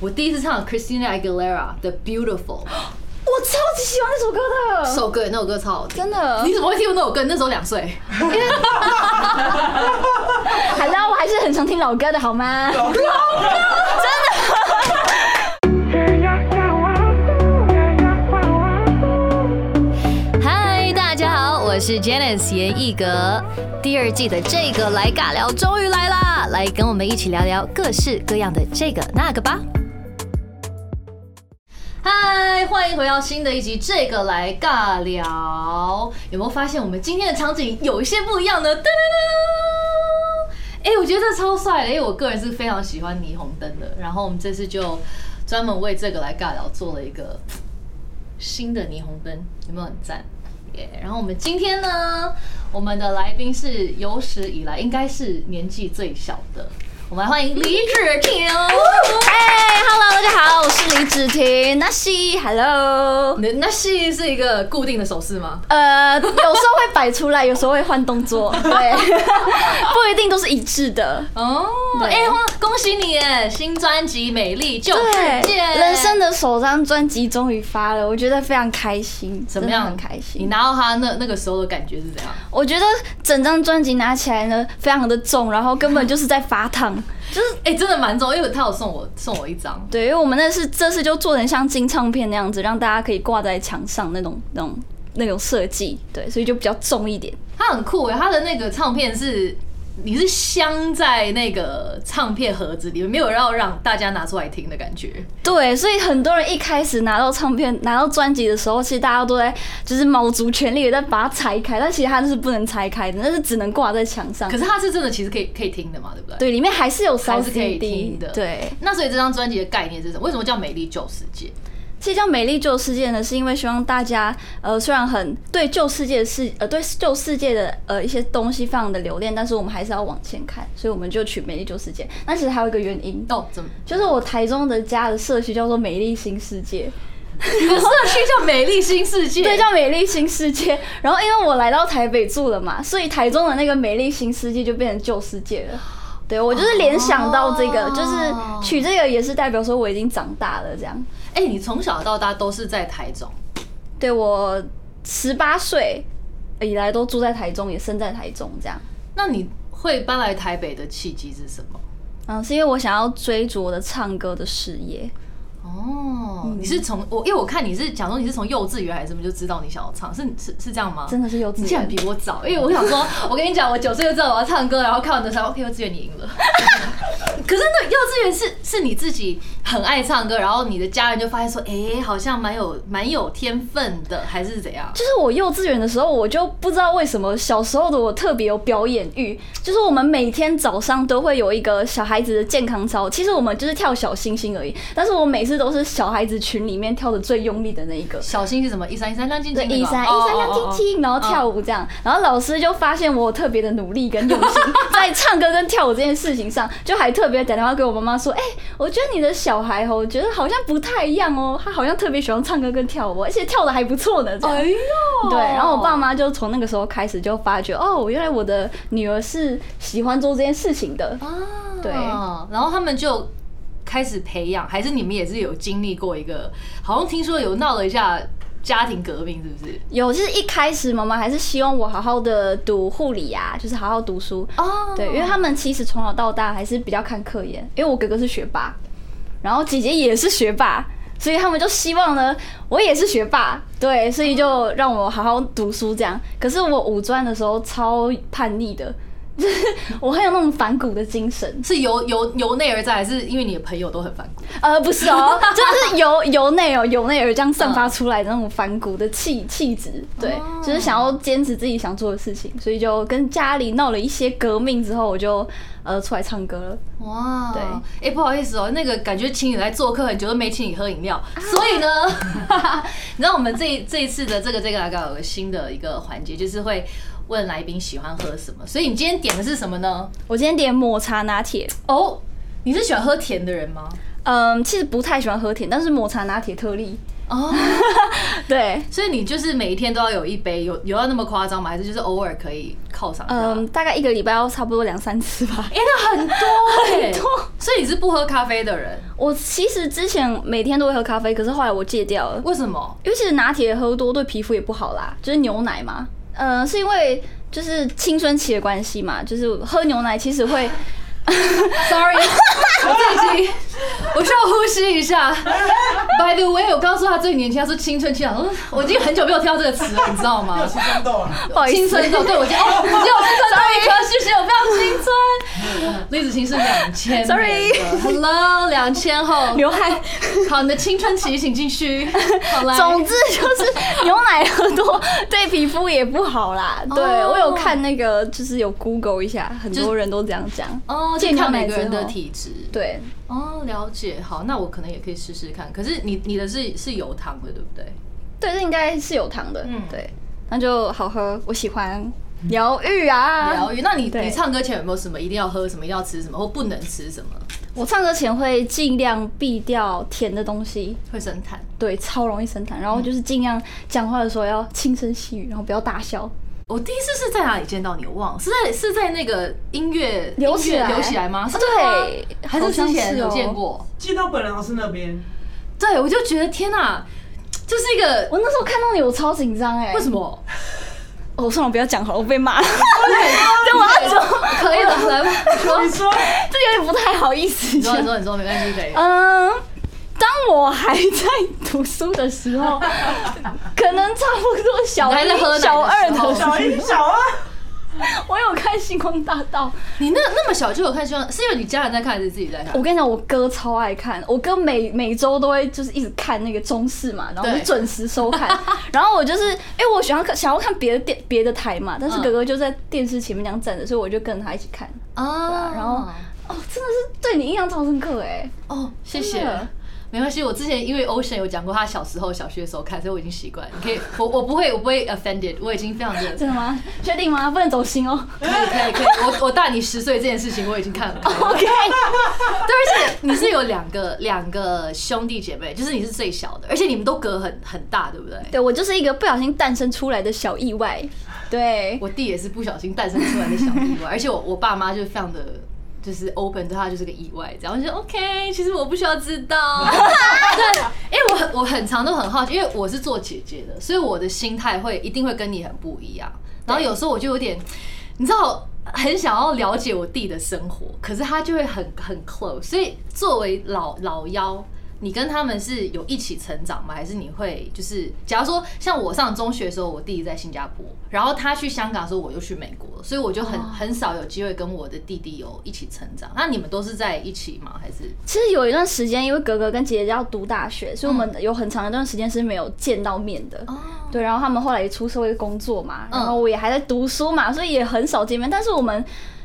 我第一次唱 Christina Aguilera 的 Beautiful，我超级喜欢那首歌的，首歌那首歌超好听。真的你。怎么会听我那首歌？你那时候两岁，好啦，我还是很常听老歌的好吗？嗨，大家好，我是 Janice 严艺格。第二季的这个来尬聊终于来啦，来跟我们一起聊聊各式各样的这个那个吧。嗨，欢迎回到新的一集《这个来尬聊》。有没有发现我们今天的场景有一些不一样呢？噔噔噔！哎、我觉得这超帅的，因为我个人是非常喜欢霓虹灯的。然后我们这次就专门为这个来尬聊做了一个新的霓虹灯，有没有很赞？耶、然后我们今天呢，我们的来宾是有史以来应该是年纪最小的，我们来欢迎李芷婷。哎，Hello，大家好，我是李芷婷，Nasi，Hello。那那是是一个固定的手势吗？呃，有时候会摆出来，有时候会换动 作，对，不一定都是一致的。哦，对哎、哇恭喜你耶！新专辑《美丽旧世界》，人生的首张专辑终于发了，我觉得非常开心，怎么真的样？很开你心。拿到它那那个时候的感觉是怎样？我觉得整张专辑拿起来呢，非常的重，然后根本就是在发烫。哎、真的蛮重，因为他有送我送我一张，对，因为我们那是这次就做成像金唱片那样子，让大家可以挂在墙上那种那种那种设计，对，所以就比较重一点。它很酷哎，它的那个唱片是。你是镶在那个唱片盒子里面，没有要让大家拿出来听的感觉。对，所以很多人一开始拿到唱片、拿到专辑的时候，其实大家都在就是卯足全力的在把它拆开，但其实它就是不能拆开的，那是只能挂在墙 上可。是它是真的，其实可以可以听的嘛，对不对？。对，里面还是有烧还是可以 CD 听的对，那所以这张专辑的概念是什么？为什么叫《美丽旧世界》？其实叫《美丽旧世界》呢，是因为希望大家呃，虽然很对旧世界的世呃对旧世界的呃一些东西非常的留恋，但是我们还是要往前看，所以我们就取《美丽旧世界》。那其实还有一个原因，哦，怎么？就是我台中的家的社区叫做美丽新世界，你的社区啊叫《美丽新世界》？对，叫美丽新世界。然后因为我来到台北住了嘛，所以台中的那个美丽新世界就变成旧世界了。对我就是联想到这个，就是哦取这个也是代表说我已经长大了这样。哎、你从小到大都是在台中，对我十八岁以来都住在台中，也生在台中这样。那你会搬来台北的契机是什么？嗯，是因为我想要追逐我的唱歌的事业。哦，你是从我，因为我看你是讲说你是从幼稚园还是什么就知道你想要唱，是是是这样吗？真的是幼稚你竟然园，比我早，因为我想说， 我跟你讲，我九岁就知道我要唱歌，然后看完的时候，OK，幼稚园你赢了。 可是那幼稚园是是你自己很爱唱歌，然后你的家人就发现说，哎、好像蛮有蛮有天分的，还是怎样？就是我幼稚园的时候，我就不知道为什么小时候的我特别有表演欲。就是我们每天早上都会有一个小孩子的健康操，其实我们就是跳小星星而已。但是我每次都是小孩子群里面跳的最用力的那一个。小新是什么？一三一三亮晶对，晶那个一吗，三一哦三亮晶，哦哦哦晶，然后跳舞这样，然后老师就发现我有特别的努力跟用 心，在唱歌跟跳舞这件事情上，就还特别打电话给我妈妈说，哎，我觉得你的小孩哦，我觉得好像不太一样哦，他好像特别喜欢唱歌跟跳舞，而且跳的还不错呢，这样。哎呦，对，然后我爸妈就从那个时候开始就发觉，哦，原来我的女儿是喜欢做这件事情的。啊，对然后他们就开始培养，还是你们也是有经历过一个，好像听说有闹了一下家庭革命，是不是？有，就是一开始妈妈还是希望我好好的读护理啊，就是好好读书。哦对，因为他们其实从小到大还是比较看科研，因为我哥哥是学霸，然后姐姐也是学霸，所以他们就希望呢我也是学霸，对，所以就让我好好读书这样。可是我五专的时候超叛逆的， 就是我很有那种反骨的精神，是由由由内而在，还是因为你的朋友都很反骨？呃，不是哦，真的是由由内哦，由内而这样散发出来的那种反骨的气气质，对，哦就是想要坚持自己想做的事情，所以就跟家里闹了一些革命之后，我就呃出来唱歌了。哇，对哎、不好意思哦、那个感觉请你来做客很久都没请你喝饮料，所以呢， 你知道我们这一这一次的这个这个大概有个新的一个环节，就是会问来宾喜欢喝什么，所以你今天点的是什么呢？我今天点抹茶拿铁，哦，你是喜欢喝甜的人吗？嗯，其实不太喜欢喝甜，但是抹茶拿铁特例， 哦，对，所以你就是每一天都要有一杯，有有要那么夸张吗？还是就是偶尔可以犒赏一下？嗯，大概一个礼拜要差不多两三次吧。哎、那很多、欸， 很多。所以你是不喝咖啡的人，我其实之前每天都会喝咖啡，可是后来我戒掉了，为什么？因为其实拿铁喝多对皮肤也不好啦，就是牛奶嘛。嗯、是因为就是青春期的关系嘛，就是喝牛奶其实会 Sorry，我自己，我需要呼吸一下。By the way，我刚说他最年轻，他说青春期，我说 我已经很久没有听到这个词了，你知道吗没有？青春痘啊，不好意思，青春痘，对我已经哦，只有青春痘一颗，谢谢我非常青春。李子晴是两千 Sorry ，Hello，两千后， 流汗。好，你的青春期请继续。好来， 总之就是牛奶喝多对皮肤也不好啦。对哦我有看那个，就是有 Google 一下，很多人都这样讲。哦，就健康看每奶个之人的后体质。对，哦，了解。好，那我可能也可以试试看。可是你你的是是有糖的，对不对？对，这应该是有糖的。嗯对，那就好喝，我喜欢疗愈啊。疗愈。那你对你唱歌前有没有什么一定要喝什么，一定要吃什么，或不能吃什么？我唱歌前会尽量避掉甜的东西，会生痰。对，超容易生痰。然后就是尽量讲话的时候要轻声细语，然后不要大笑。我第一次是在哪里见到你？我忘了，是在是在那个音乐留起来音乐留起来吗？是吗对，还是好像之前是有哦见过？进到本老师那边，对，我就觉得天哪，就是一个我那时候看到你，我超紧张哎。为什么？么？我算了，不要讲好了，我被骂 了，对， 我要走，可以了，来吧， 你说，你说这有点不太好意思。你说，你说，你说，没关系，可以。嗯，当我还在读书的 时候，可能差不多小你还在喝奶的一、时小候二的时候，小一、小二，我有看《星光大道你那那么小就有看希望，是因为你家人在看，还是自己在》。看？我跟你讲，我哥超爱看，我哥每每周都会就是一直看那个中视嘛，然后我对就准时 收看。然后我就是，因为我喜欢看，想要看别的电别的台嘛，但是嗯哥哥就在电视前面这样站着，所以我就跟着他一起看。啊然后哦，真的是对你印象超深刻哎、哦，谢真谢的。没关系，我之前因为 Ocean 有讲过他小时候小学的时候看，所以我已经习惯了。你可以，我我不会，我不会 offended，我已经非常的 真的吗？确定吗？不能走心哦。可以可以可以。我我大你十岁这件事情我已经 看了。 OK，对，而且你是有两个两个兄弟姐妹，就是你是最小的，而且你们都隔很很大，对不对？对我就是一个不小心诞生出来的小意外。对，我弟也是不小心诞生出来的小意外，而且我我爸妈就非常的就是 open，对他就是个意外，这样我就说 OK，其实我不需要知道。对，因为我很我很常都很好奇，因为我是做姐姐的，所以我的心态会一定会跟你很不一样。然后有时候我就有点，你知道。很想要了解我弟的生活，可是他就会很很 close，所以作为老老幺，你跟他们是有一起成长吗？还是你会就是，假如说像我上中学的时候，我弟弟在新加坡，然后他去香港的时候，我又去美国，所以我就很、很少有机会跟我的弟弟有一起成长。那你们都是在一起吗？还是其实有一段时间，因为格格跟姐姐要读大学，所以我们有很长一段时间是没有见到面的。哦，对，然后他们后来也出社会工作嘛，嗯然后我也还在读书嘛，所以也很少见面。但是我们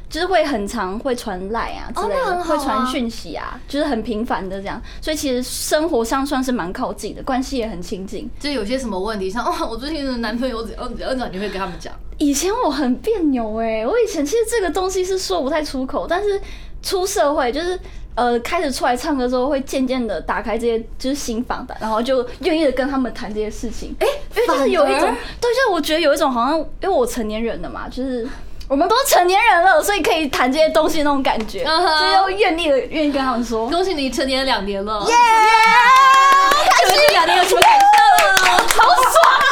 就是会很常会传赖啊之类哦那的，很好啊会传讯息啊，就是很频繁的这样。所以其实生活上算是蛮靠近的，关系也很亲近。就有些什么问题，像 哦，我最近的男朋友怎样怎样，你会跟他们讲？以前我很别扭哎、我以前其实这个东西是说不太出口，但是出社会就是呃开始出来唱歌之后，会渐渐的打开这些就是心房的，然后就愿意的跟他们谈这些事情。哎、因为就是有一反种而，对，就是我觉得有一种好像，因为我成年人了嘛，就是。我们都成年人了，所以可以谈这些东西那种感觉，嗯哼所以要愿意的愿意跟他们 说。恭喜你成年两年了，哦耶！开心两啊年有什么感受？ 好爽啊！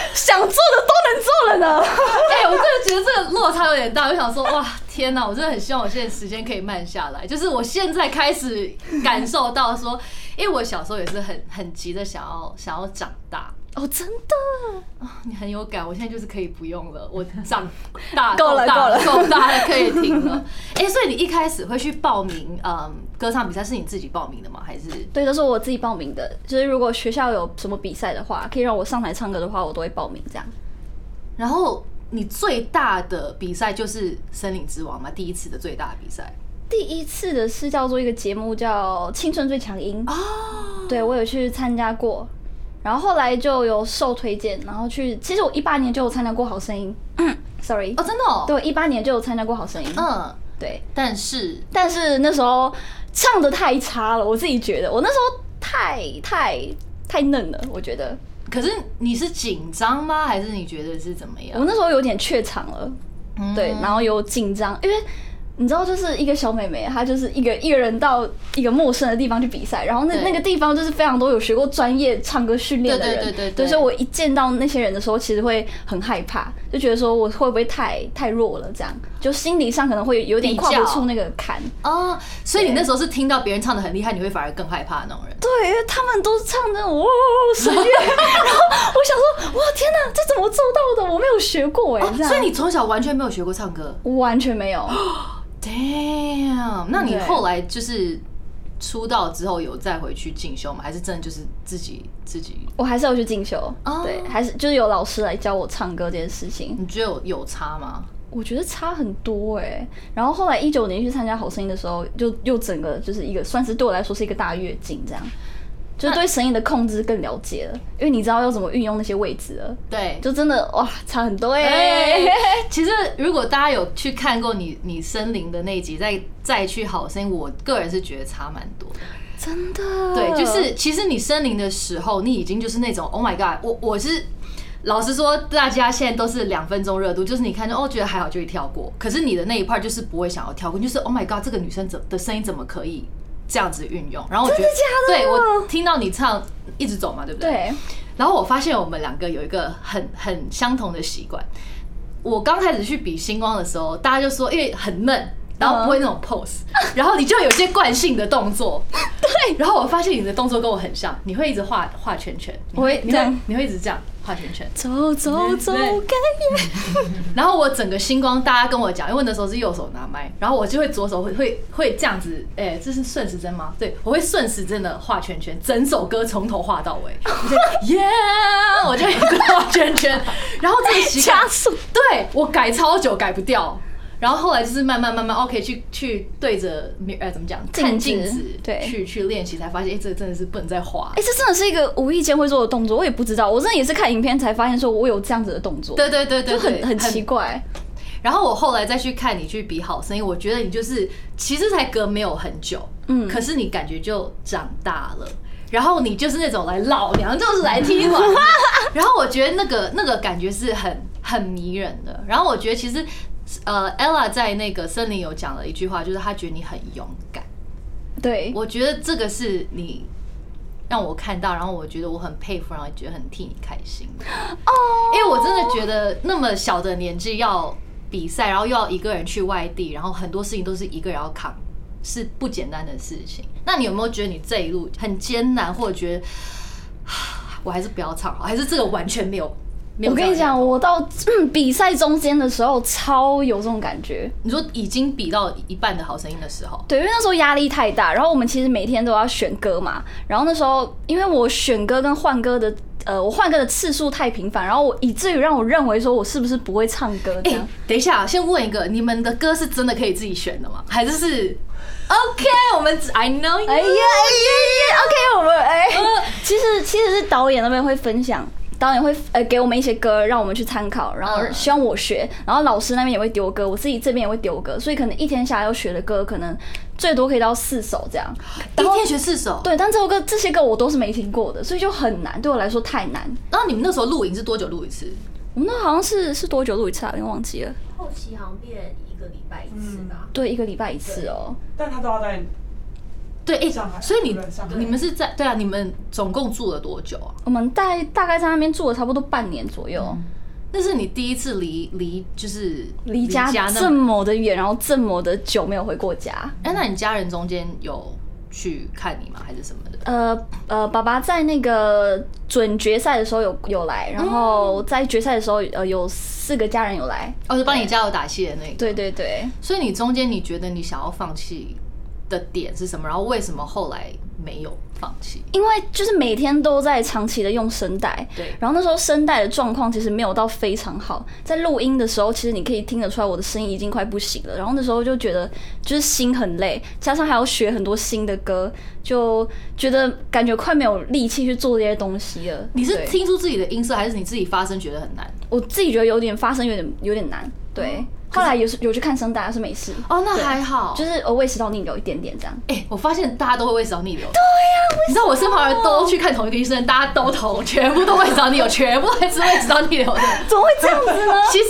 想做的都能做了呢。哎、我真的觉得这个落差有点大，我想说，哇，天哪！我真的很希望我现在时间可以慢下来，就是我现在开始感受到说， 因为我小时候也是很很急的想要想要长大。哦哦，真的，你很有感，我现在就是可以不用了，我长大 够了大够了够大了，可以停了。哎、所以你一开始会去报名，嗯，歌唱比赛是你自己报名的吗？还是对，都是我自己报名的。就是如果学校有什么比赛的话，可以让我上台唱歌的话，我都会报名这样。然后你最大的比赛就是森林之王嘛？第一次的最大的比赛第一次的是叫做一个节目叫《青春最强音》，哦，对我有去参加过，然后后来就有受推荐，然后去，其实我一八年就有参加过《好声音》，sorry，、哦，真的、哦，对，我一八年就有参加过《好声音》，嗯，对，但是但是那时候唱的太差了，我自己觉得，我那时候太太太嫩了，我觉得可是你是紧张吗？还是你觉得是怎么样我？那时候有点怯场了，嗯对，然后有紧张，因为你知道，就是一个小妹妹，她就是一个一个人到一个陌生的地方去比赛，然后那对那个地方就是非常多有学过专业唱歌训练的对人，对对对对所以我一见到那些人的时候，其实会很害怕，就觉得说我会不会太太弱了，这样就心理上可能会有点比跨不较出那个坎。哦，所以你那时候是听到别人唱的很厉害，你会反而更害怕那种人。对，因为他们都唱那种哦声乐，然后我想说，哇天哪，这怎么做到的？我没有学过哎、哦这样所以你从小完全没有学过唱歌我完全没有。 ，Damn！那你对后来就是出道之后有再回去进修吗？还是真的就是自己自己？我还是要去进修哦对，还是就是有老师来教我唱歌这件事情，你觉得有有差吗？我觉得差很多哎、然后后来一九年去参加《好声音》的时候，就又整个就是一个算是对我来说是一个大跃进，这样，就是对声音的控制更了解了，因为你知道要怎么运用那些位置了，对，就真的哇差很多哎、哎，其实如果大家有去看过你你森林的那一集，再再去好声音，我个人是觉得差蛮多的。真的，对，就是其实你森林的时候，你已经就是那种 Oh my God，我我是。老实说，大家现在都是两分钟热度，就是你看就哦觉得还好就会跳过，可是你的那一 part 就是不会想要跳过，就是 Oh my God，这个女生怎的声音怎么可以这样子运用？然后我觉得真的假的对我听到你唱一直走嘛，对不对？对，然后我发现我们两个有一个很很相同的习惯。我刚开始去比星光的时候，大家就说因为很嫩，然后不会那嗯种 pose，、然后你就有一些惯性的动 作。对，然后我发现你的动作跟我很像，你会一直画画圈圈，你我会你这会样你会一直这样画圈圈。走走走，对该然后我整个星光，大家跟我讲，因为那时候是右手拿麦，然后我就会左手会会会这样子，哎、这是顺时针吗？对，我会顺时针的画圈圈，整首歌从头画到尾，我就 yeah，我就一直画圈圈，然后这个习惯加速，对我改超久改不掉，然后后来就是慢慢慢慢 OK 去去对着 mirror 呃怎么讲镜看子镜子对去去练习才发现哎、这个真的是不能再画哎、，这真的是一个无意间会做的动作，我也不知道，我真的也是看影片才发现说我有这样子的动作，对对对对就很对很奇怪，然后我后来再去看你去比好声音，我觉得你就是其实才隔没有很久，嗯可是你感觉就长大了。然后你就是那种来老娘就是来踢馆的，然后我觉得那个那个感觉是很很迷人的。然后我觉得其实，呃，ella 在那个森林有讲了一句话，就是她觉得你很勇敢。对，我觉得这个是你让我看到，然后我觉得我很佩服，然后也觉得很替你开心。哦，因为我真的觉得那么小的年纪要比赛，然后又要一个人去外地，然后很多事情都是一个人要扛，是不简单的事情。那你有没有觉得你这一路很艰难，或者觉得我还是不要唱好，还是这个完全没有？没有我跟你这样的讲，我到、 嗯比赛中间的时候超有这种感觉，你说已经比到一半的好声音的时候，对，因为那时候压力太大，然后我们其实每天都要选歌嘛，然后那时候因为我选歌跟换歌的。呃，我换歌的次数太频繁，然后我以至于让我认为说我是不是不会唱歌这哎、样。等一下，先问一个，你们的歌是真的可以自己选的吗？还是是 OK？我们只 I know you，、哎呀哎呀呀！OK，我们哎，呃其实其实是导演那边会分享，导演会呃给我们一些歌，让我们去参考，然后嗯希望我学，然后老师那边也会丢歌，我自己这边也会丢歌，所以可能一天下来要学的歌，可能最多可以到四首这样。一天学四首。对，但这首歌这些歌我都是没听过的，所以就很难，对我来说太难。然后你们那时候录影是多久录一次？我们那好像是是多久录一次啊？有点忘记了，后期好像变一个礼拜一次吧。对，一个礼拜一次哦、但他都要在对，哎、上海所以你对上海你们是在对啊，你们总共住了多久啊？我们大大概在那边住了差不多半年左右。嗯那是你第一次离离就是离家那这么，么的远，然后这么的久没有回过家。哎、那你家人中间有去看你吗？还是什么的？呃呃，爸爸在那个准决赛的时候有有来，然后在决赛的时候，呃，有四个家人有来。哦，就帮你加油打气的那个。对对对，所以你中间你觉得你想要放弃的点是什么？然后为什么后来没有放弃？因为就是每天都在长期的用声带，对然后那时候声带的状况其实没有到非常好，在录音的时候，其实你可以听得出来我的声音已经快不行了。然后那时候就觉得就是心很累，加上还要学很多新的歌，就觉得感觉快没有力气去做这些东西了。你是对听出自己的音色，还是你自己发声觉得很难？我自己觉得有点发声有点有点难，对。后来有时有去看声带，是没事，哦，那对还好。就是呃胃食道逆流一点点这样。哎、我发现大家都会胃食道逆流。对呀、你知道我身旁人都去看同一个医生，大家都同，全部都会找你有，全部还是会找你有 的。怎么会这样子呢？其实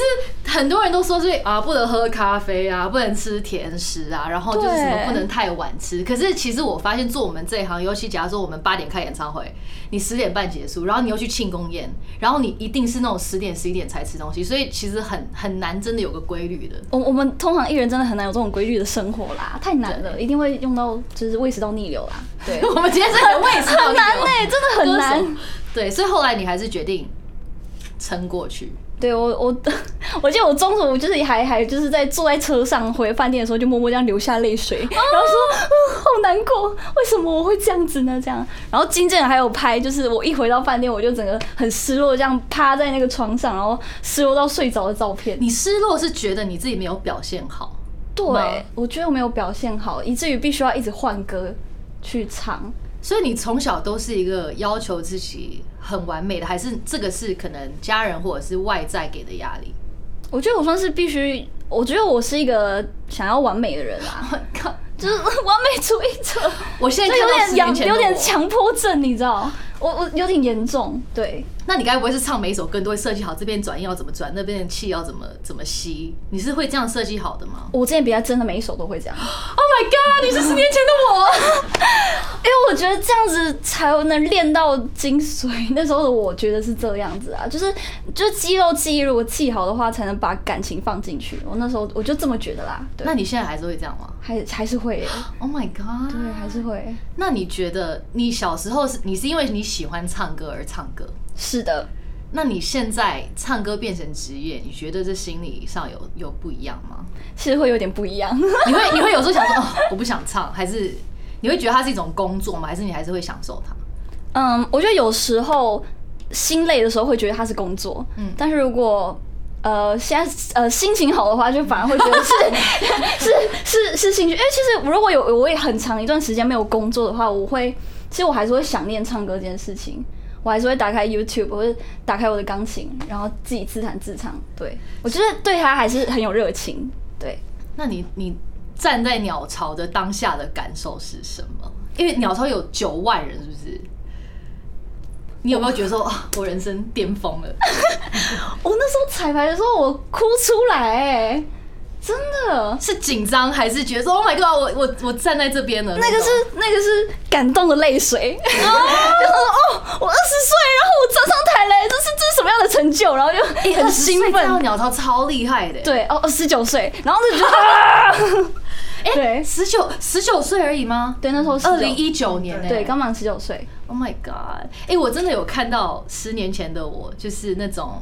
很多人都说是啊，不能喝咖啡啊，不能吃甜食啊，然后就是什么对不能太晚吃。可是其实我发现做我们这一行，尤其假如说我们八点开演唱会，你十点半结束，然后你又去庆功宴，然后你一定是那种十点十一点才吃东西，所以其实很很难真的有个规律的。 我我们通常艺人真的很难有这种规律的生活啦，太难了，一定会用到就是胃食道逆 流啦，对， 我们今天真的为什么 很难呢、欸真的很歌难手。对，所以后来你还是决定撑过去。对我我 我记得我中途就是还还就是在坐在车上回饭店的时候，就默默这样流下泪水，然后说、嗯、好难过，为什么我会这样子呢？这样，然后金正还有拍，就是我一回到饭店，我就整个很失落，这样趴在那个床上，然后失落到睡着的照片。你失落是觉得你自己没有表现好，对，我觉得我没有表现好，以至于必须要一直换歌去唱。所以你从小都是一个要求自己很完美的，还是这个是可能家人或者是外在给的压力？我觉得我算是必须，我觉得我是一个想要完美的人啊，靠！就是完美主义者。我现在就看有到点10年前强，的有点我。强迫症，你知道？我我有点严重，对，那你该不会是唱每一首歌都会设计好这边转音要怎么转，那边的气要怎么怎么吸？你是会这样设计好的吗我之前比赛真的每一首都会这 样，？Oh my god！你是十年前的我。 因为我觉得这样子才能练到精髓。那时候的我觉得是这样子啊，就是就是肌肉记忆，如果记好的话，才能把感情放进去。我那时候我就这么觉得啦，对那，你现在还是会这样吗还还 是会耶， ？Oh my god！对，还是会，那你觉得你小时候是你是因为你喜欢唱歌而唱歌？是的。那你现在唱歌变成职业，你觉得这心理上有有不一样吗？ 其实会有点不一样，你会你会有时候想说，哦，我不想唱，还是你会觉得它是一种工作吗？还是你还是会享受它？嗯，我觉得有时候心累的时候会觉得它是工作，嗯，但是如果呃现在呃心情好的话，就反而会觉 得是是是是兴趣，因为其实如果有我也很长一段时间没有工作的话，我会其实我还是会想念唱歌这件事情。我还是会打开 YouTube，或者打开我的钢琴，然后自己自弹自唱。对我觉得对它还是很有热情。对，那你你站在鸟巢的当下的感受是什么？因为鸟巢有九万人，是不是？你有没有觉得说，啊，我人生巅峰了？ 我哦那时候彩排的时候，我哭出来、欸，真的。是紧张还是觉得说，Oh my god，我我我站在这边了？那个是那个是感动的泪水， 就想说哦，我二十岁，然后我站上台来，这是这是什么样的成就？然后哎就很兴看到奋。鸟巢超厉害的、，对，哦，十九岁，然后就觉得，啊 对十九十九岁而已吗？对，那时候19二零一九年呢、欸对刚满十九岁， Oh my god！哎、我真的有看到十年前的我，就是那种，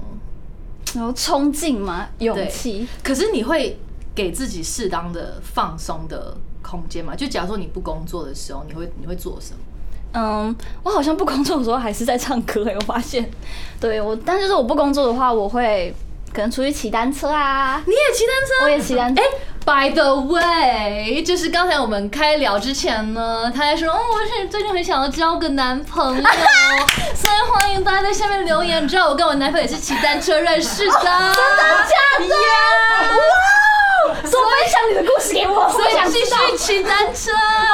然后冲劲嘛，勇对气，可是你会给自己适当的放松的空间吗？就假如说你不工作的时候，你会你会做什么？嗯，我好像不工作的时候还是在唱歌、欸，我发现，对我，但就是我不工作的话，我会可能出去骑单车啊，你也骑单车？我也骑单车哎、b y the way，就是刚才我们开聊之前呢，他还说，哦，我是最近很想要交个男朋 友，所以欢迎大家在下面留言。你知道我跟我男朋友也是骑单车认识的，哦真的假的？哇！所以想你的故事给我，所以继续骑单车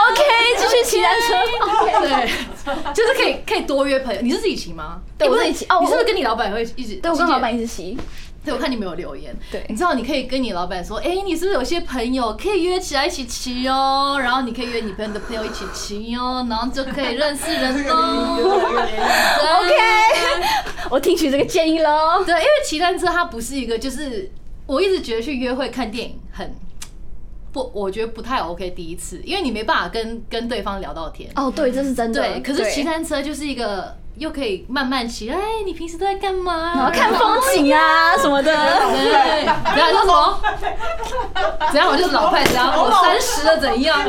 ，OK，继续骑单车。对，就是可以可以多约朋友。你是自己骑吗？对哎不是我自己骑哦你是不我是跟你老板也会一直？对，我跟老板一起。一起骑，对，我看你没有留言。对你知道你可以跟你老板说，哎、你是不是有些朋友可以约起来一起骑哦？ 然后你可以约你朋友的朋友一起骑哦，然后就可以认识人 喽。OK，我听取这个建议喽。对，因为骑单车它不是一个，就是我一直觉得去约会看电影很不，我觉得不太 OK 第一次，因为你没办法跟跟对方聊到天。哦，对，这是真的。对，可是对骑单车就是一个又可以慢慢骑，哎，你平时都在干嘛？然后看风景啊什么的，对，然后说什么？怎样？我就是老派，怎样？我三十了，怎样？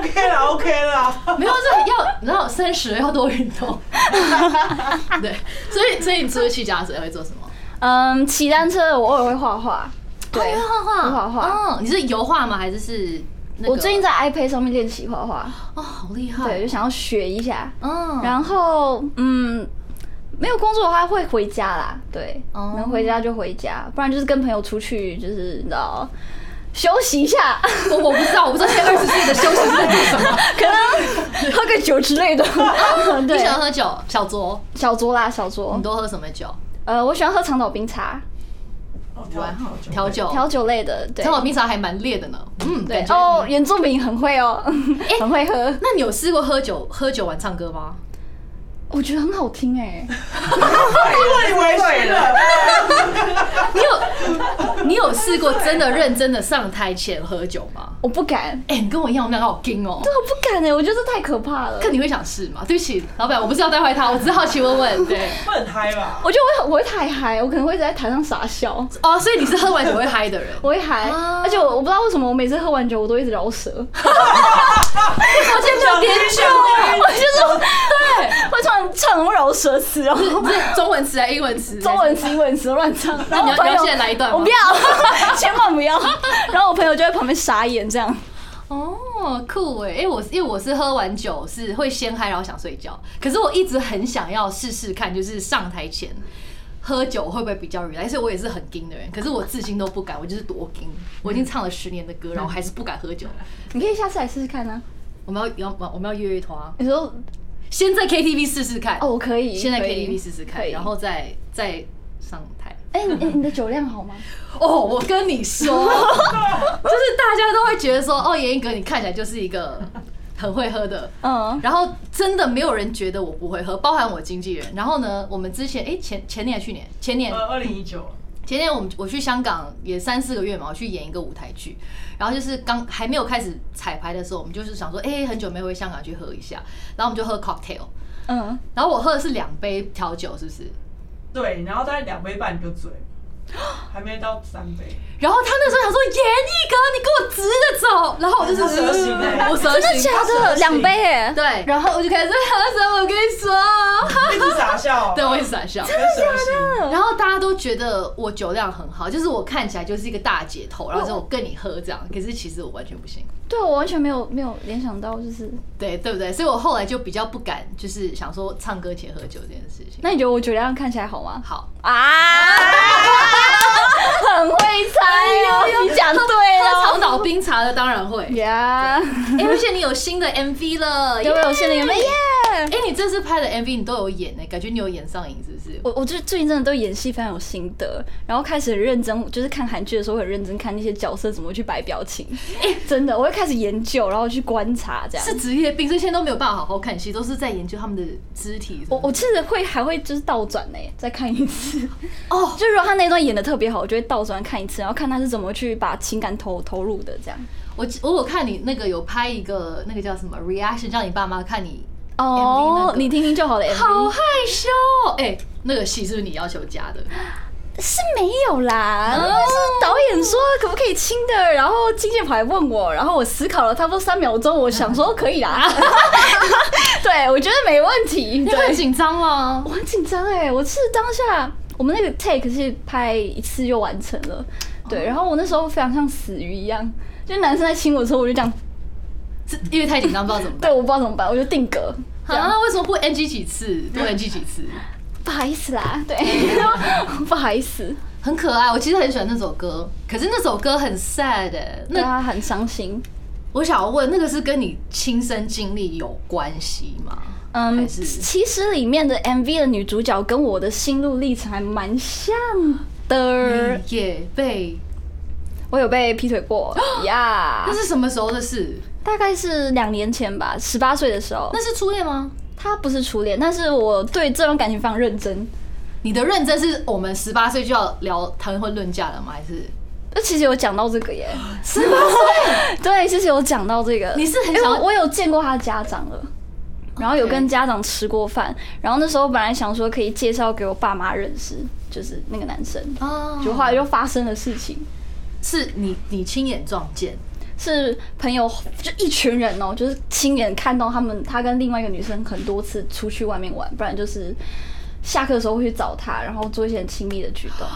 OK 了，OK 了，没有，这要，然后三十了要多运动。 对，所以所以你除了骑脚踏车还会做什么？嗯，骑单车我偶尔会画画。对，会画画，会画画。哦，你是油画吗？还是是那个？我最近在 iPad 上面练习画画，哦，好厉害。对，就，想要学一下。嗯，然后，嗯，没有工作的话会回家啦，对，哦能回家就回家，不然就是跟朋友出去，就是你知道。休息一下， 我我不知道，我不知道现在二十岁的休息是在做什么。可能之 类的。你喜欢对，喝酒？小酌，小酌啦，小酌你。都喝什么酒？呃，我喜欢喝长岛冰茶，哦调酒调酒。调酒类的。对正，好冰茶还蛮烈的呢。嗯，对感觉哦，原住民很 会哦，很会喝。那你有试过喝酒喝酒完唱歌吗？我觉得很好听哎、太危险了，你有你有试过真的认真的上台前喝酒吗？我不敢，哎、你跟我一样，我们两个好硬哦。我不敢哎、我觉得这太可怕了。看你会想试吗？对不起，老板，我不是要带坏他，我只是好奇问问。 对，会很嗨吧？我觉得我会我会太嗨，我可能会在台上傻笑，哦，所以你是喝完酒会嗨的人，我会嗨，而且我我不知道为什么我每次喝完酒我都一直饶舌， 我现在没有点酒，我会突然唱什么饶舌词，然后 是中文词还是英文词？中文词、英文词乱唱。然后你要我朋你要友现在来一段吗我不要， 千万不要。然后我朋友就在旁边傻眼这样。哦，酷哎！因为我因为我是喝完酒是会先嗨，然后想睡觉。可是我一直很想要试试看，就是上台前喝酒会不会比较 relax。所以我也是很硬的人，可是我至今都不敢，我就是多硬。我已经唱了十年的歌，然后还是不敢喝酒。你可以下次来试试看啊。我们要要我们要约一团，你说先在 KTV 试试看。哦，我可以。先在可以 KTV 试试可看，以然后再再上台。哎，你你的酒量好吗？哦，我跟你 说，就是大家都会觉得说，哦，严一格你看起来就是一个很会喝的，嗯，然后真的没有人觉得我不会喝，包含我经纪人。然后呢，我们之前哎、前前年还去年前年呃，二零一九，前年我们我去香港也三四个月嘛，我去演一个舞台剧，然后就是刚还没有开始彩排的时候，我们就是想说，哎、很久没回香港去喝一下，然后我们就喝 cocktail，嗯，然后我喝的是两杯调酒，是不是？对，然后大概两杯半你就醉，还没到三杯，然后他那时候想说严一格，你给我直着走，然后我就是他蛇形欸我蛇真的形，假的？两杯哎。对，然后我就开始 喝什么，我跟你说，一直傻笑，对，我也是傻笑。跟蛇形，然后大家都觉得我酒量很好，就是我看起来就是一个大姐头，然后说我跟你喝这样，可是其实我完全不行，对，我完全没有没有联想到，就是对对不对？所以我后来就比较不敢，就是想说唱歌前喝酒这件事情。那你觉得我酒量看起来好吗？好，啊，很会猜哦，你讲喝对了。长岛冰茶的当然会，呀，哎而且你有新的 MV 了，有因没为有现在有没有耶？哎，你这次拍的 MV 你都有演呢，感觉你有演上瘾是不是？我我最最近真的对演戏非常有心得，然后开始认真，就是看韩剧的时候会很认真看那些角色怎么去摆表情，真的，我会开始研究，然后去观察这样。是职业病，所以现在都没有办法好好看戏，都是在研究他们的肢体什我么的。我甚至会还会就是倒转呢、再看一次。哦就如果他那段演的特别好，我就会倒转看一次，然后看他是怎么去把情感投投入的这样。我记我有看你那个有拍一个那个叫什么 reaction，叫你爸妈看你哦、那个你听听就好了。MV 好害羞哦！哎、那个戏是不是你要求加的？是没有啦，但是导演说可不可以亲的，然后金建跑来问我，然后我思考了差不多三秒钟，我想说可以 啦，对我觉得没问题，你会对，紧张吗我？很紧张哎，我是当下我们那个 take 是拍一次就完成了，对，然后我那时候非常像死鱼一样，就男生在亲我的时候，我就这样，是因为太紧张，不知道 怎么对，我不知道怎么办，我就定格。办啊？为什么不 NG 几次？多 NG 几次？不好意思啦，对， 不好意思，很可爱，我其实很喜欢那首歌，可是那首歌很 sad、欸。对那他很伤心。我想要问，那个是跟你亲身经历有关系吗？嗯，是其实里面的 MV 的女主角跟我的心路历程还蛮像的你。也被？我有被劈腿 过呀那是什么时候的事？大概是两年前吧，十八岁的时候。那是初恋吗？他不是初恋，但是我对这段感情非常认真。你的认真是我们十八岁就要聊谈婚论嫁了吗？还是那呃其实有讲到这个 耶，十八岁，对，其实有讲到这个。你是很因为想要我我有见过他的家长了。然后有跟家长吃过饭然后那时候本来想说可以介绍给我爸妈认识，就是那个男生，啊就后来就发生了事情。是你你亲眼撞见？是朋友，就一群人哦、就是亲眼看到他们，他跟另外一个女生很多次出去外面玩，不然就是下课的时候会去找他，然后做一些很亲密 的举动。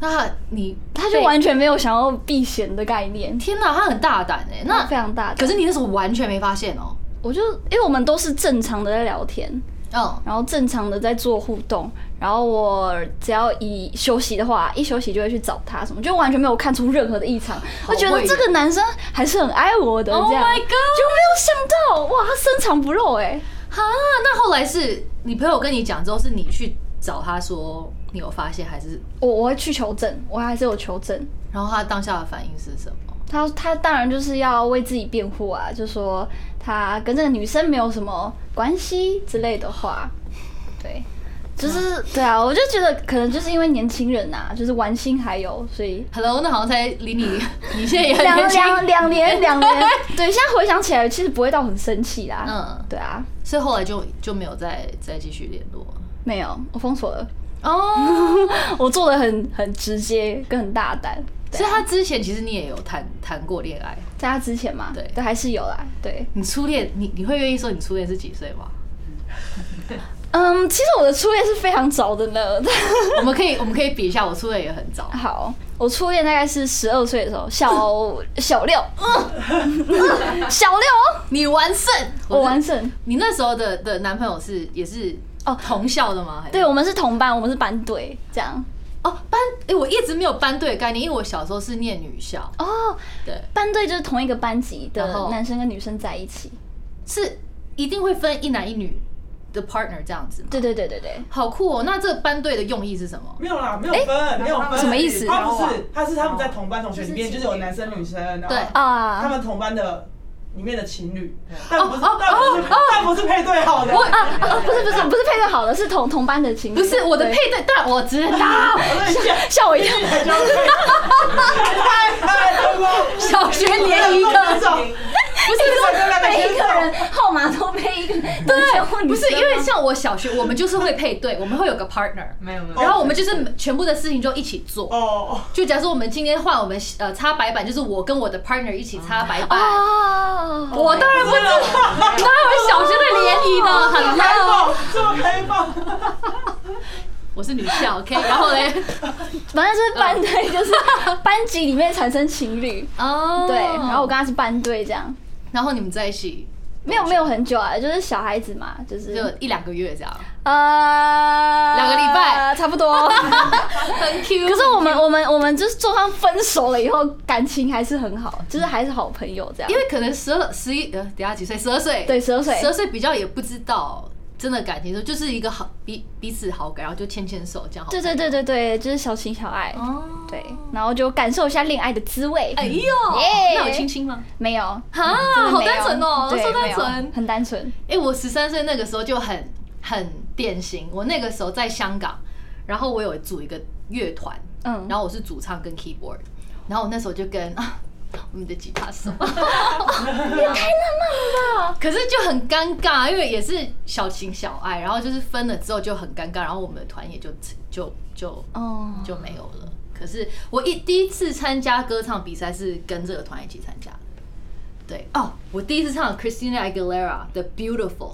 那你他就被完全没有想要避嫌的概念，天哪，他很大胆哎、那那非常大胆。可是你那时候完全没发现哦、我就因为我们都是正常的在聊天，嗯，然后正常的在做互动，然后我只要一休息的话，一休息就会去找他什么，就完全没有看出任何的异常。我觉得会这个男生还是很爱我的，这样 Oh my god 就没有想到，哇，他深藏不露哎、哈，那后来是你朋友跟你讲之后，是你去找他说你有发现，还是我我会去求证，我还是有求证。然后他当下的反应是什么？他他当然就是要为自己辩护啊，就说他跟这个女生没有什么关系之类的话，对，就是对啊，我就觉得可能就是因为年轻人呐、啊，就是玩心还有，所以 Hello，那好像才离 你，你现在也很两年轻，两两 年两年，对，现在回想起来其实不会到很生气啦，嗯嗯，对啊，所以后来就就没有再再继续联络。没有，我封锁了，哦，我做的很很直接跟很大胆，对 所以啊他之前其实你也有谈谈过恋爱，在他之前嘛，对对，还是有啦，对，你初恋，你你会愿意说你初恋是几岁吗？ 嗯，其实我的初恋是非常早的呢。 我们可以我们可以比一下，我初恋也很早，好，我初恋大概是十二岁的时候，小小六， 小六哦，你完胜，我是完胜。你那时候的的男朋友是也是哦同校的吗？还是对，我们是同班，我们是班队，这样。哦班，哎，我一直没有班队的概念，因为我小时候是念女校，哦，对，班队就是同一个班级的然后男生跟女生在一起。是一定会分一男一女的 partner 这样子吗？对对对对对，好酷哦！那这个班队的用意是什么？没有啦，没有分，没有分，什么意思他不是，他是他们在同班同学里面，就是有男生女生，然后对他啊，们同班的里面的情侣，但不是，但不是，但不是配对好的。哦，不是不是不是配对好的，是同同班的情侣。不是我的对配对，但我知道吓我一跳。 小学连一个，不是每一个人号码都配一个男生或女生吗，不是因为像我小学，我们就是会配 对，我们会有个 partner，没有没有，然后我们就是全部的事情就一起做。哦，就假如说我们今天换我们呃擦白板，就是我跟我的 partner 一起擦白板。哦，我当然不知道，哪有小学的联谊呢？很开烂哦，放，这么开放，我是女校，OK，然后 嘞，反正就是班队，就是班级里面产生情侣，哦对，然后我跟他是班队这样，然后你们在一起没有没有很久啊，就是小孩子嘛，就是就一两个月这样，呃两个礼拜差不多。很 Q。可是我们我们我们就是就算分手了以后，感情还是很好，就是还是好朋友这样因。为可能十二、十一，呃，等一下几岁？十二岁，嗯对，，十二岁十，二岁比较也不知道真的感情，就就是一个好彼彼此好感，然后就牵牵手这样好。对对对对对，就是小情小爱，哦，对，然后就感受一下恋爱的滋味。哎呦，嗯耶那有亲亲吗？没有，嗯啊真的好没有单纯哦对说单没有纯很单纯。哎、我十三岁那个时候就很很典型，我那个时候在香港，然后我有组一个乐团，嗯然后我是主唱跟 keyboard，然后我那时候就跟啊我们的吉他手，可是就很尴尬，因为也是小情小爱，然后就是分了之后就很尴尬，然后我们的团也就就就哦，就没有了。可是我一第一次参加歌唱比赛是跟这个团一起参加的，对哦，我第一次唱 Christina Aguilera 的 Beautiful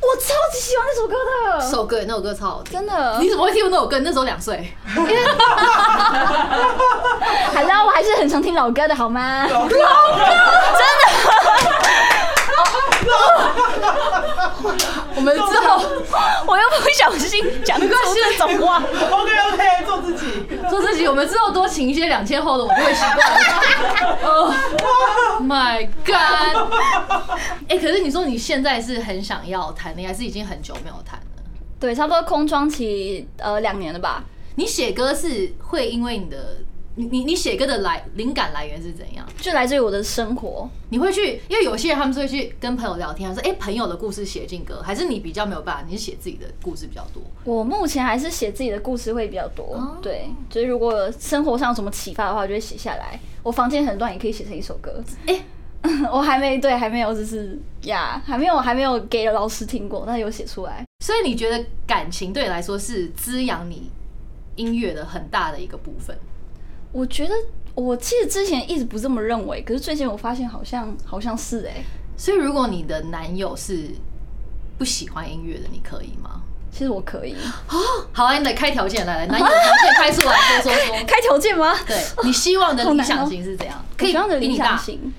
我超级喜欢那首歌的，首歌，那首歌超好听。真的你，怎么会听过那首歌？那时候两岁，海啦，我还是很常听老歌的好吗？ 老歌，真的。我们之后，我又不小心讲出这种话， OK OK，做自己。做自己。我们之后多请一些两千后的，我们会习惯。哦、my god！哎、可是你说你现在是很想要谈恋爱，是已经很久没有谈了？对，差不多空窗期呃两年了吧。你写歌是会因为你的你你你写歌的来灵感来源是怎样？就来自于我的生活，你会去，因为有些人他们是会去跟朋友聊天，说哎、诶朋友的故事写进歌，还是你比较没有办法，你是写自己的故事比较多？我目前还是写自己的故事会比较多。对，就是如果生活上有什么启发的话，我就会写下来。我房间很乱，也可以写成一首歌。诶 我还没对，还没有，就是呀还没有，还没有给老师听过，但有写出来。所以你觉得感情对你来说是滋养你音乐的很大的一个部分？我觉得我其实之前一直不这么认为，可是最近我发现好像好像是哎、所以如果你的男友是不喜欢音乐的，你可以吗？其实我可以好啊，你得开条件来来，男友条件开出来，说说说。 开条件吗？对你希望的好理难哦想型是怎 样？可可以以的比理你想大，型，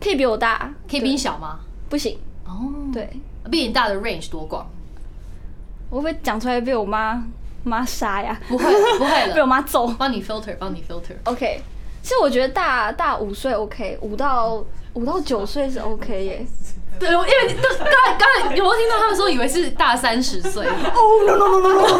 可以比我大，可以比你小吗？不行，哦，，对比你大的 range 多广？我会不会讲出来被我妈妈杀呀？不会了，不会被我 了，妈揍。帮你 filter，帮你 filter。 OK，其实我觉得大大五岁 OK，五到五到九岁是 OK 耶、对，我因为你刚才刚才有没有听到他们说以为是大三十 岁？哦，no no no no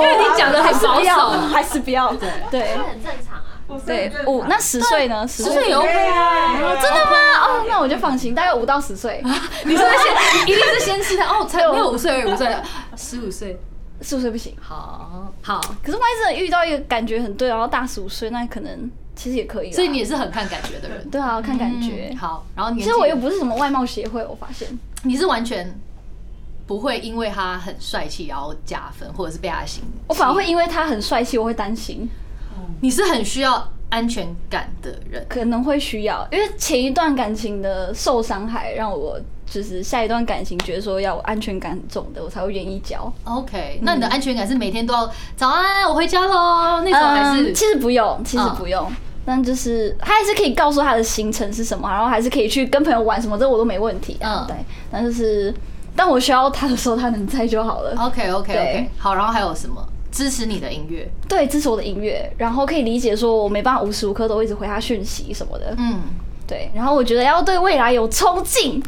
no！因为你讲的很不保 要，守，还是不要。对对这很正常啊。我是对很，五正那十岁呢？十十岁也常 OK 啊。啊真的吗？哦，那我就放心，大概五到十岁， 你说先，一定是先吃的哦，才没有五岁而已，五岁了， 十五岁，是不是不行？好好，可是万一真的遇到一个感觉很对，然后大十五岁，那可能其实也可以啦。所以你也是很看感觉的人，对啊，看感觉嗯。好，然后你其实我又不是什么外貌协会，我发现你是完全不会因为他很帅气然后加分，或者是被他吸引，我反而会因为他很帅气，我会担心，你是很需要安全感的人。可能会需要，因为前一段感情的受伤害让我就是下一段感情觉得说要有安全感很重的，我才会愿意交。 OK，那你的安全感是每天都要早安，我回家喽那种，还是嗯、其实不用，其实不用。但就是他还是可以告诉他的行程是什么，然后还是可以去跟朋友玩什么，这我都没问题、啊。嗯对。但就是当我需要他的时候，他能在就好了。 OK OK OK 对好，然后还有什么支持你的音乐？对，支持我的音乐，然后可以理解说我没办法无时无刻都一直回他讯息什么的。嗯，对，然后我觉得要对未来有冲劲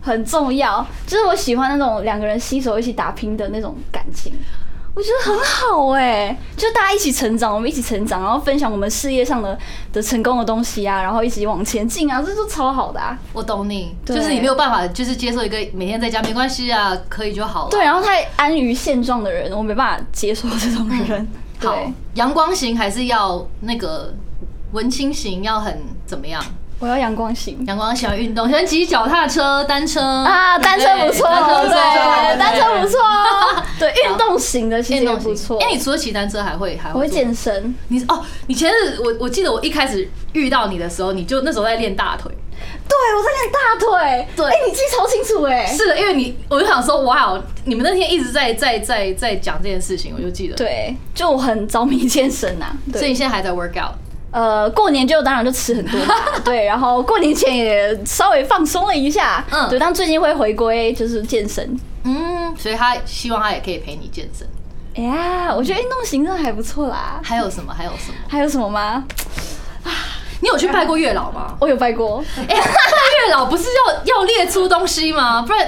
很重要，就是我喜欢那种两个人携手一起打拼的那种感情，我觉得很好哎、就大家一起成长，我们一起成长，然后分享我们事业上的的成功的东西啊，然后一起往前进啊，这就超好的啊。我懂你，就对是你没有办法，就是接受一个每天在家没关系啊，可以就好了。对，然后太安于现状的人，我没办法接受这种人。好对，，阳光型还是要那个文青型，要很怎么样？我要阳光型。阳光喜欢运动，喜欢骑脚踏车、单车啊， 单车不错，对对，单车不错。错，哦对，运动型的其实运也动不错。哎，你除了骑单车还会还我会做健身，你哦，你前日我我记得我一开始遇到你的时候，你就那时候在练大腿。对我在练大腿，对哎，你记超清楚哎，是的，因为你我就想说，哇哦，你们那天一直在在在在讲这件事情，我就记得。，对，就我很着迷健身呐，所以你 对，现在还在 work out。呃，过年就当然就吃很多嘛， 对，然后过年前也稍微放松了一下，嗯对，但最近会回归就是健身。嗯，所以他希望他也可以陪你健身。哎呀，我觉得运动型真的还不错啦。还有什么？还有什么？还有什么吗？你有去拜过月老 吗？我有拜过，哎、拜月老不是要要列出东西吗？不然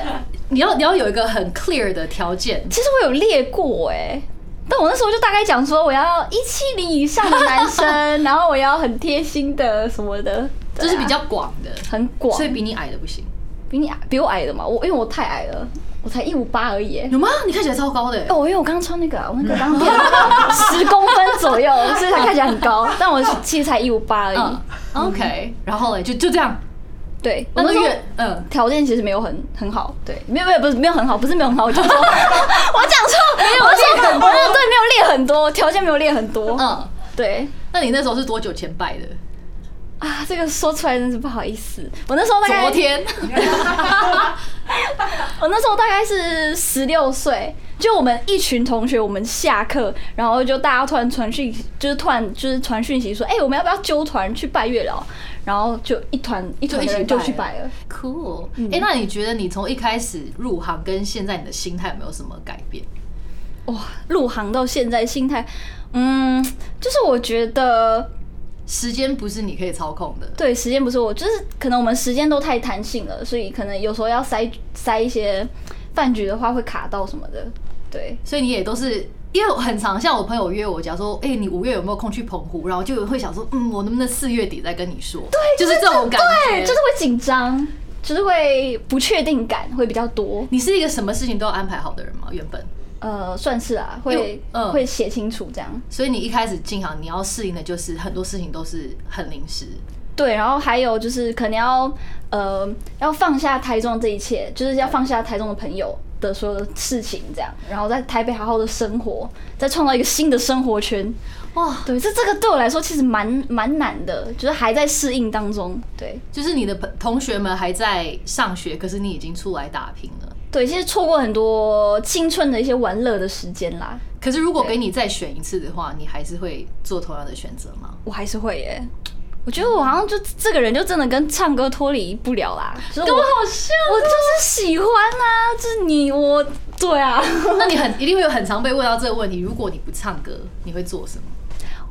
你要你要有一个很 clear 的条件。其实我有列过哎、但我那时候就大概讲说我要一七零以上的男 生，然后我要很贴心的什么的，对就是啊比较广的，很广，所以比你矮的不行。比你矮比我矮的嘛，我因为我太矮了，我才一五八而已、欸。有吗？你看起来超高的、欸哦，因为我刚刚穿那个啊、我那个 刚刚十公分左 右，所以它看起来很高，但我其实才一五八而已嗯。，OK，然后嘞，就就这样。对，那我个那时候月，嗯，条件其实没有很很好，对，没有没有不是没有很好，不是没有很好，我就说 我讲错，没有我说我那个对没有列很多，条件没有列很多，嗯，对。那你那时候是多久前拜的？啊，这个说出来真是不好意思。我那时候大概昨，天。 我那时候大概是十六岁，就我们一群同学，我们下课，然后就大家突然传讯，就是突然就是传讯息说，哎、我们要不要揪团去拜月老？然后就一团一团的人就就一起去拜了拜了。 Cool，哎、那你觉得你从一开始入行跟现在你的心态有没有什么改变？哇，入行到现在心态，嗯，就是我觉得时间不是你可以操控的，对时间不是我，就是可能我们时间都太弹性了，所以可能有时候要塞塞一些饭局的话会卡到什么的。对，所以你也都是因为很常像我朋友约我讲说，哎、你五月有没有空去澎湖？然后就会想说，嗯，我能不能四月底再跟你说？对，就是这种感觉。对，就是会紧张，就是会不确定感会比较多。你是一个什么事情都要安排好的人吗？原本，呃，算是啊，因会为、嗯会写清楚这样。所以你一开始进行，你要适应的就是很多事情都是很临时。对，然后还有就是可能要呃要放下台中的这一切，就是要放下台中的朋友的所有的事情这样，然后在台北好好的生活，再创造一个新的生活圈。哇，对，这这个对我来说其实蛮蛮难的，就是还在适应当中。对就是你的朋同学们还在上学，可是你已经出来打拼了。对，其实错过很多青春的一些玩乐的时间啦，可是如果对给你再选一次的话，你还是会做同样的选择吗？ 我还是会耶、我觉得我好像就这个人就真的跟唱歌脱离不了啦，就是我哦好像，我就是喜欢啊，就是你我对啊，那你很一定会有很常被问到这个问题。如果你不唱歌，你会做什么？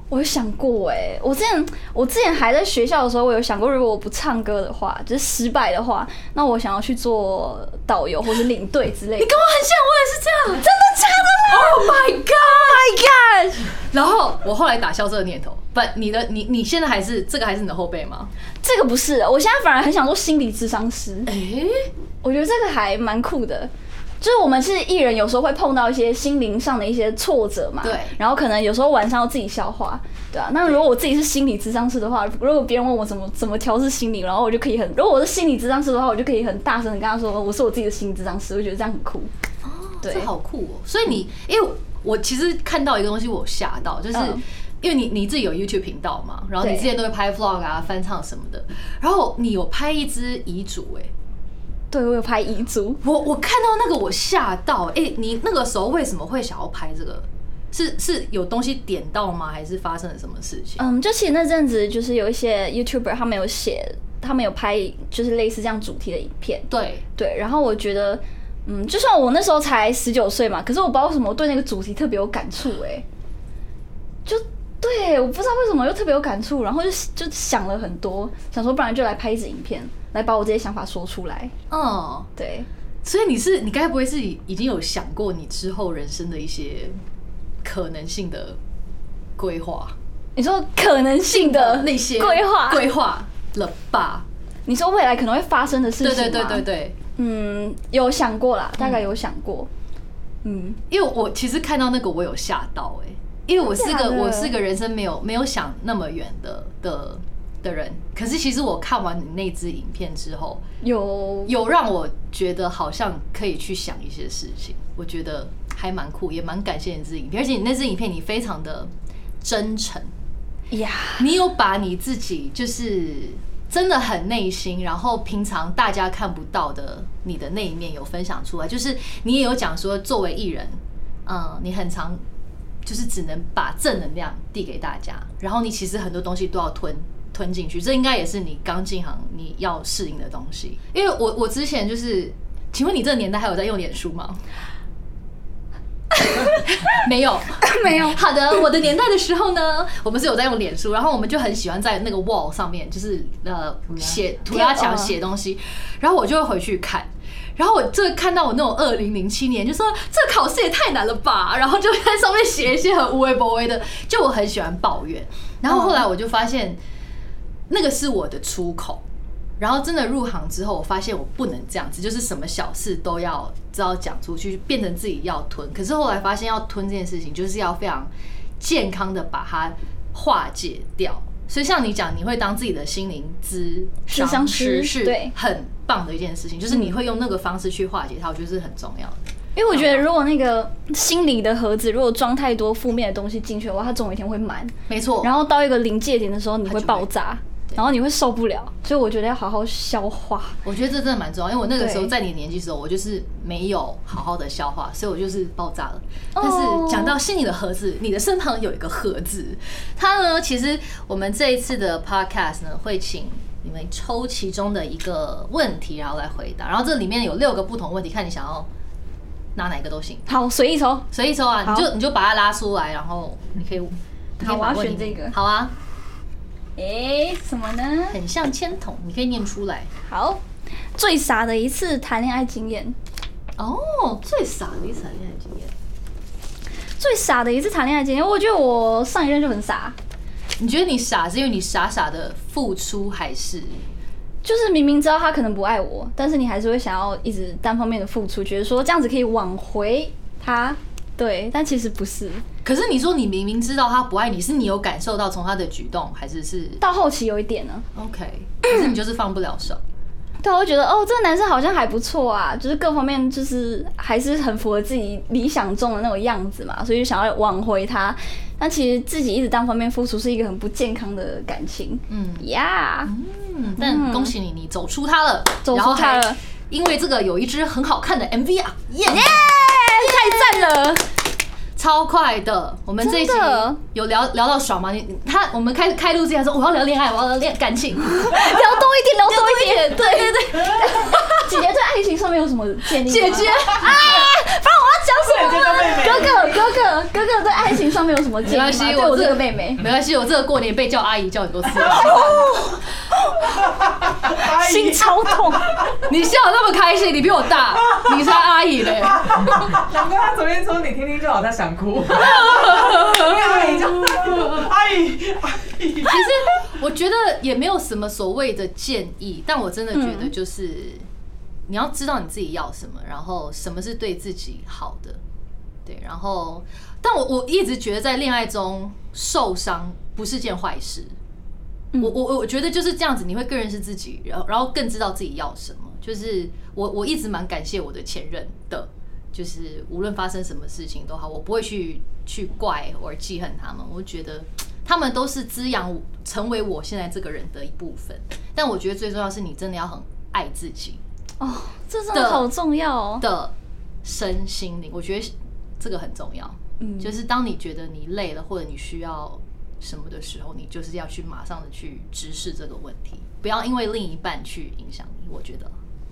我有想过哎、我之前我之前还在学校的时候，我有想过，如果我不唱歌的话，就是失败的话，那我想要去做导游或是领队之类的。你跟我很像，我也是这样，真的假的？Oh my god！My god！然后我后来打消这个念头。不，你的你你现在还是这个还是你的后辈吗？这个不是，我现在反而很想做心理智商师。哎、我觉得这个还蛮酷的。就是我们是艺人，有时候会碰到一些心灵上的一些挫折嘛，对然后可能有时候晚上要自己消化，对啊。那如果我自己是心理智商师的话，如果别人问我怎么怎么调试心理，然后我就可以很，如果我是心理智商师的话，我就可以很大声的跟他说我是我自己的心理智商师，我觉得这样很酷。对哦这好酷哦！所以你，因为我其实看到一个东西，我吓到，就是嗯因为你你自己有 YouTube 频道嘛，然后你对之前都会拍 vlog 啊、翻唱什么的，然后你有拍一支遗嘱，哎，对，我有拍遗嘱，我我看到那个我吓到，哎，你那个时候为什么会想要拍这个？是是有东西点到吗？还是发生了什么事情？嗯，就其实那阵子就是有一些 YouTuber 他们有写，他们有拍就是类似这样主题的影片，对，对，然后我觉得，嗯，就算我那时候才十九岁嘛，可是我不知道为什么我对那个主题特别有感触、哎，就对，我不知道为什么又特别有感触，然后就就想了很多，想说不然就来拍一支影片，来把我这些想法说出来，嗯，对，所以你是你该不会是已经有想过你之后人生的一些可能性的规划？你说可能性的呃那些规划，规划了吧？你说未来可能会发生的事情对吗，对对对对，嗯，有想过啦，大概有想过，嗯因为我其实看到那个我有吓到哎、因为我是真假个的我是个人生没有没有想那么远的的的人，可是其实我看完你那支影片之后，有有让我觉得好像可以去想一些事情，我觉得还蛮酷，也蛮感谢你这支影片，而且你那支影片你非常的真诚，呀，你有把你自己就是真的很内心，然后平常大家看不到的你的那一面有分享出来，就是你也有讲说，作为艺人，嗯，你很常就是只能把正能量递给大家，然后你其实很多东西都要吞。吞进去，这应该也是你刚进行你要适应的东西。因为我我之前就是，请问你这个年代还有在用脸书吗？ 没有，没有好的，我的年代的时候呢，我们是有在用脸书，然后我们就很喜欢在那个 wall 上面，就是呃写涂鸦墙写东西，然后我就会回去看。然后我这看到我那种二零零七年，就说这考试也太难了吧，然后就在上面写一些很无微不微的，就我很喜欢抱怨。然后后来我就发现，那个是我的出口。然后真的入行之后，我发现我不能这样子，就是什么小事都要知道讲出去，变成自己要吞。可是后来发现要吞这件事情，就是要非常健康的把它化解掉。所以像你讲，你会当自己的心灵咨咨商师是对很棒的一件事情，嗯就是你会用那个方式去化解它，我觉得是很重要的。因为我嗯觉得，如果那个心理的盒子如果装太多负面的东西进去的话，它总有一天会满，没错，然后后到一个临界点的时候，你它会就爆会炸，然后你会受不了。所以我觉得要好好消化。我觉得这真的蛮重要，因为我那个时候对在你年纪的时候，我就是没有好好的消化，所以我就是爆炸了。但哦是讲到心里的盒子，你的身旁有一个盒子，它呢，其实我们这一次的 podcast 呢，会请你们抽其中的一个问题，然后来回答。然后这里面有六个不同问题，看你想要拿哪一个都行，好，随意抽。随意抽啊，好你就你就把它拉出来，然后你可以。你可以好我把要问选题这个好啊，诶，什么呢？很像铅筒，你可以念出来。好，最傻的一次谈恋爱经验。哦，最傻的一次恋爱经验，最傻的一次谈恋爱经验，我觉得我上一任就很傻，你觉得你傻是因为你傻傻的付出，还是就是明明知道他可能不爱我，但是你还是会想要一直单方面的付出，觉得说这样子可以挽回他。对，但其实不是。可是你说你明明知道他不爱你，是你有感受到从他的举动，还是是到后期有一点呢， OK？可是你就是放不了手。对啊，我会觉得哦，这个男生好像还不错啊，就是各方面就是还是很符合自己理想中的那种样子嘛，所以就想要挽回他。但其实自己一直单方面付出是一个很不健康的感情。嗯呀、嗯，但恭喜你，你走出他了，走出他了然后还因为这个有一支很好看的 MV 啊，耶、太赞了！超快的。我们这一集真的有聊聊到爽吗？你你他我们开开录之前说我要聊恋爱，我要聊恋感情， 聊多一点，聊多一点，对 对对。姐姐对爱情上面有什么建议？姐姐，啊，不然我要讲什人家叫妹妹。哥哥，哥哥，哥哥对爱情上面有什么建议没吗？关系对我我这这个妹妹，没关系，我这个过年被叫阿姨叫很多次，阿心姨，超痛。 你笑得那么开心，你比我大，你才阿姨嘞。难怪他昨天说你听听就好，他想哭。阿姨叫，阿姨，阿姨，其实我觉得也没有什么所谓的建议，但我真的觉得就是、你要知道你自己要什么，然后什么是对自己好的，对，然后但我我一直觉得在恋爱中受伤不是件坏事，我我我我觉得就是这样子，你会更认识自己，然后然后更知道自己要什么。就是我我一直蛮感谢我的前任的，就是无论发生什么事情都好，我不会去去怪或者记恨他们。我觉得他们都是滋养我成为我现在这个人的一部分。但我觉得最重要是你真的要很爱自己哦，这真的好重要哦。的身心灵，我觉得这个很重要。嗯就是当你觉得你累了或者你需要什么的时候，你就是要去马上的去直视这个问题，不要因为另一半去影响你。我觉得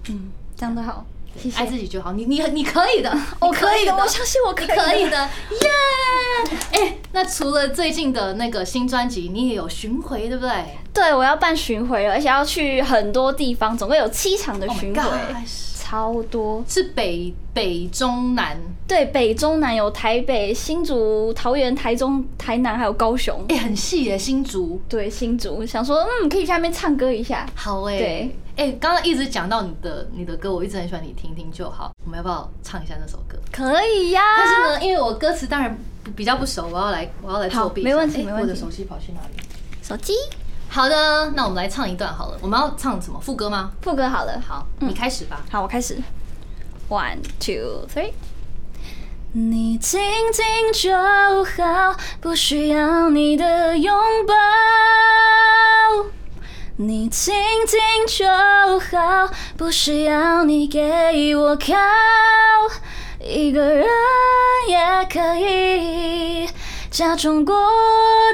嗯，讲得好，谢谢爱。自己就好，你你你可以的， 我你可以的，哦我相信我可你以的。可以的， 耶！哎，那除了最近的那个新专辑，你也有巡回，对不对？对，我要办巡回了，而且要去很多地方，总共有七场的 Oh my 巡回 gosh 超多。是北北中南，对，北中南有台北、新竹、桃园、台中、台南，还有高雄。哎，很细耶，新竹。对，新竹想说，嗯，可以去那边唱歌一下。好哎、对哎，刚刚、一直讲到你的你的歌，我一直很喜欢你听听就好。我们要不要唱一下那首歌？可以呀、但是啊呢，因为我歌词当然不比较不熟，我要来我要来作弊一下。好没问题诶没问题我的手机跑去哪里？手机好的，那我们来唱一段好了。我们要唱什么副歌吗？副歌好了，好，嗯你开始吧。好，我开始。One, two, three。你听听就好，不需要你的拥抱。你听听就好，不需要你给我靠。一个人也可以假装过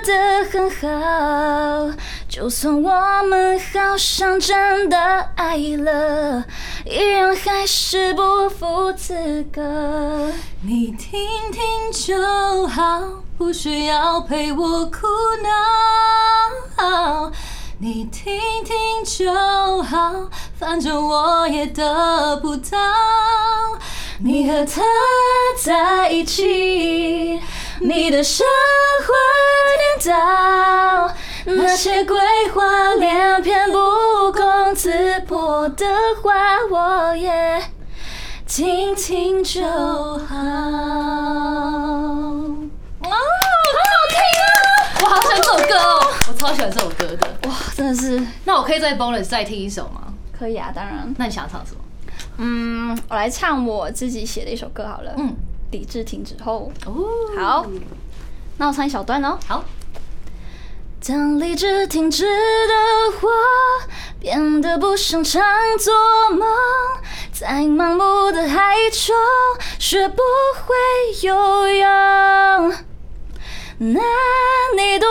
得很好，就算我们好像真的爱了，依然还是不负资格。你听听就好，不需要陪我哭闹。你听听就好，反正我也得不到。你和他在一起，你的神魂颠倒，那些鬼话连篇不攻自破的话，我也。听听就好。哇，好好听啊！我好喜欢这首歌哦，我超喜欢这首歌的。哇，真的是那我可以在 bonus 再听一首吗？可以啊，当然。那你想唱什么？嗯，我来唱我自己写的一首歌好了。嗯，理智停止后，哦，好，那我唱一小段哦。好，当理智停止的我，变得不擅长做梦，在盲目的海中学不会游泳。那你度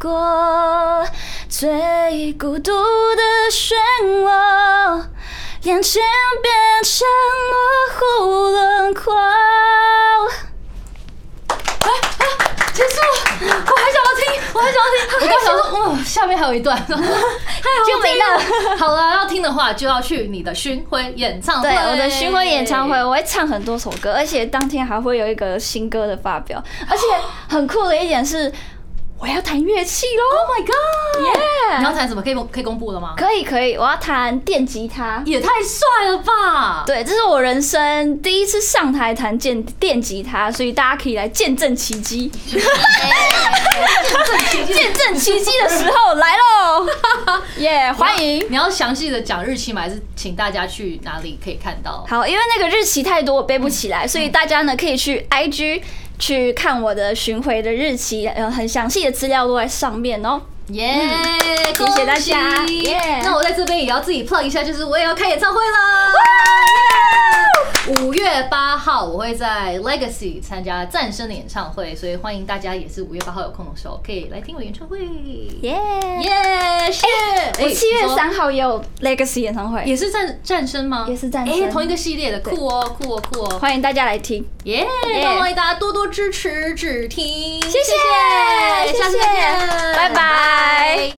过最孤独的漩涡，眼前变成模糊轮廓。哎结束。我还想要听，我还想要听。我刚 想说，哇，下面还有一段， 就没了。好了，要听的话就要去你的巡回演唱会，对，我的巡回演唱会，我会唱很多首歌，而且当天还会有一个新歌的发表，而且很酷的一点是， 我要弹乐器喽！Oh my god！你要弹什么？可以公可以公布了吗？可以可以，我要弹电吉他。也太帅了吧！对，这是我人生第一次上台弹电电吉他，所以大家可以来见证奇迹。 见证奇迹的时候来喽！耶，欢迎！你要详细的讲日期吗？还是请大家去哪里可以看到？好，因为那个日期太多，我背不起嗯来，所以大家呢可以去 IG 去看我的巡回的日期，呃，很详细的资料都在上面哦。耶、谢谢大家恭喜耶那我在这边也要自己 plug 一下，就是我也要开演唱会啦！五月八号我会在 Legacy 参加战生的演唱会，所以欢迎大家也是五月八号有空的时候可以来听我演唱会。耶耶、耶，是。我七月哎你说三号也有 Legacy 演唱会，也是战战生吗？也是战哎、生同一个系列的，酷哦，酷哦，酷哦，欢迎大家来听。耶！耶欢迎大家多多支持只听，谢谢谢，下次再见，拜拜。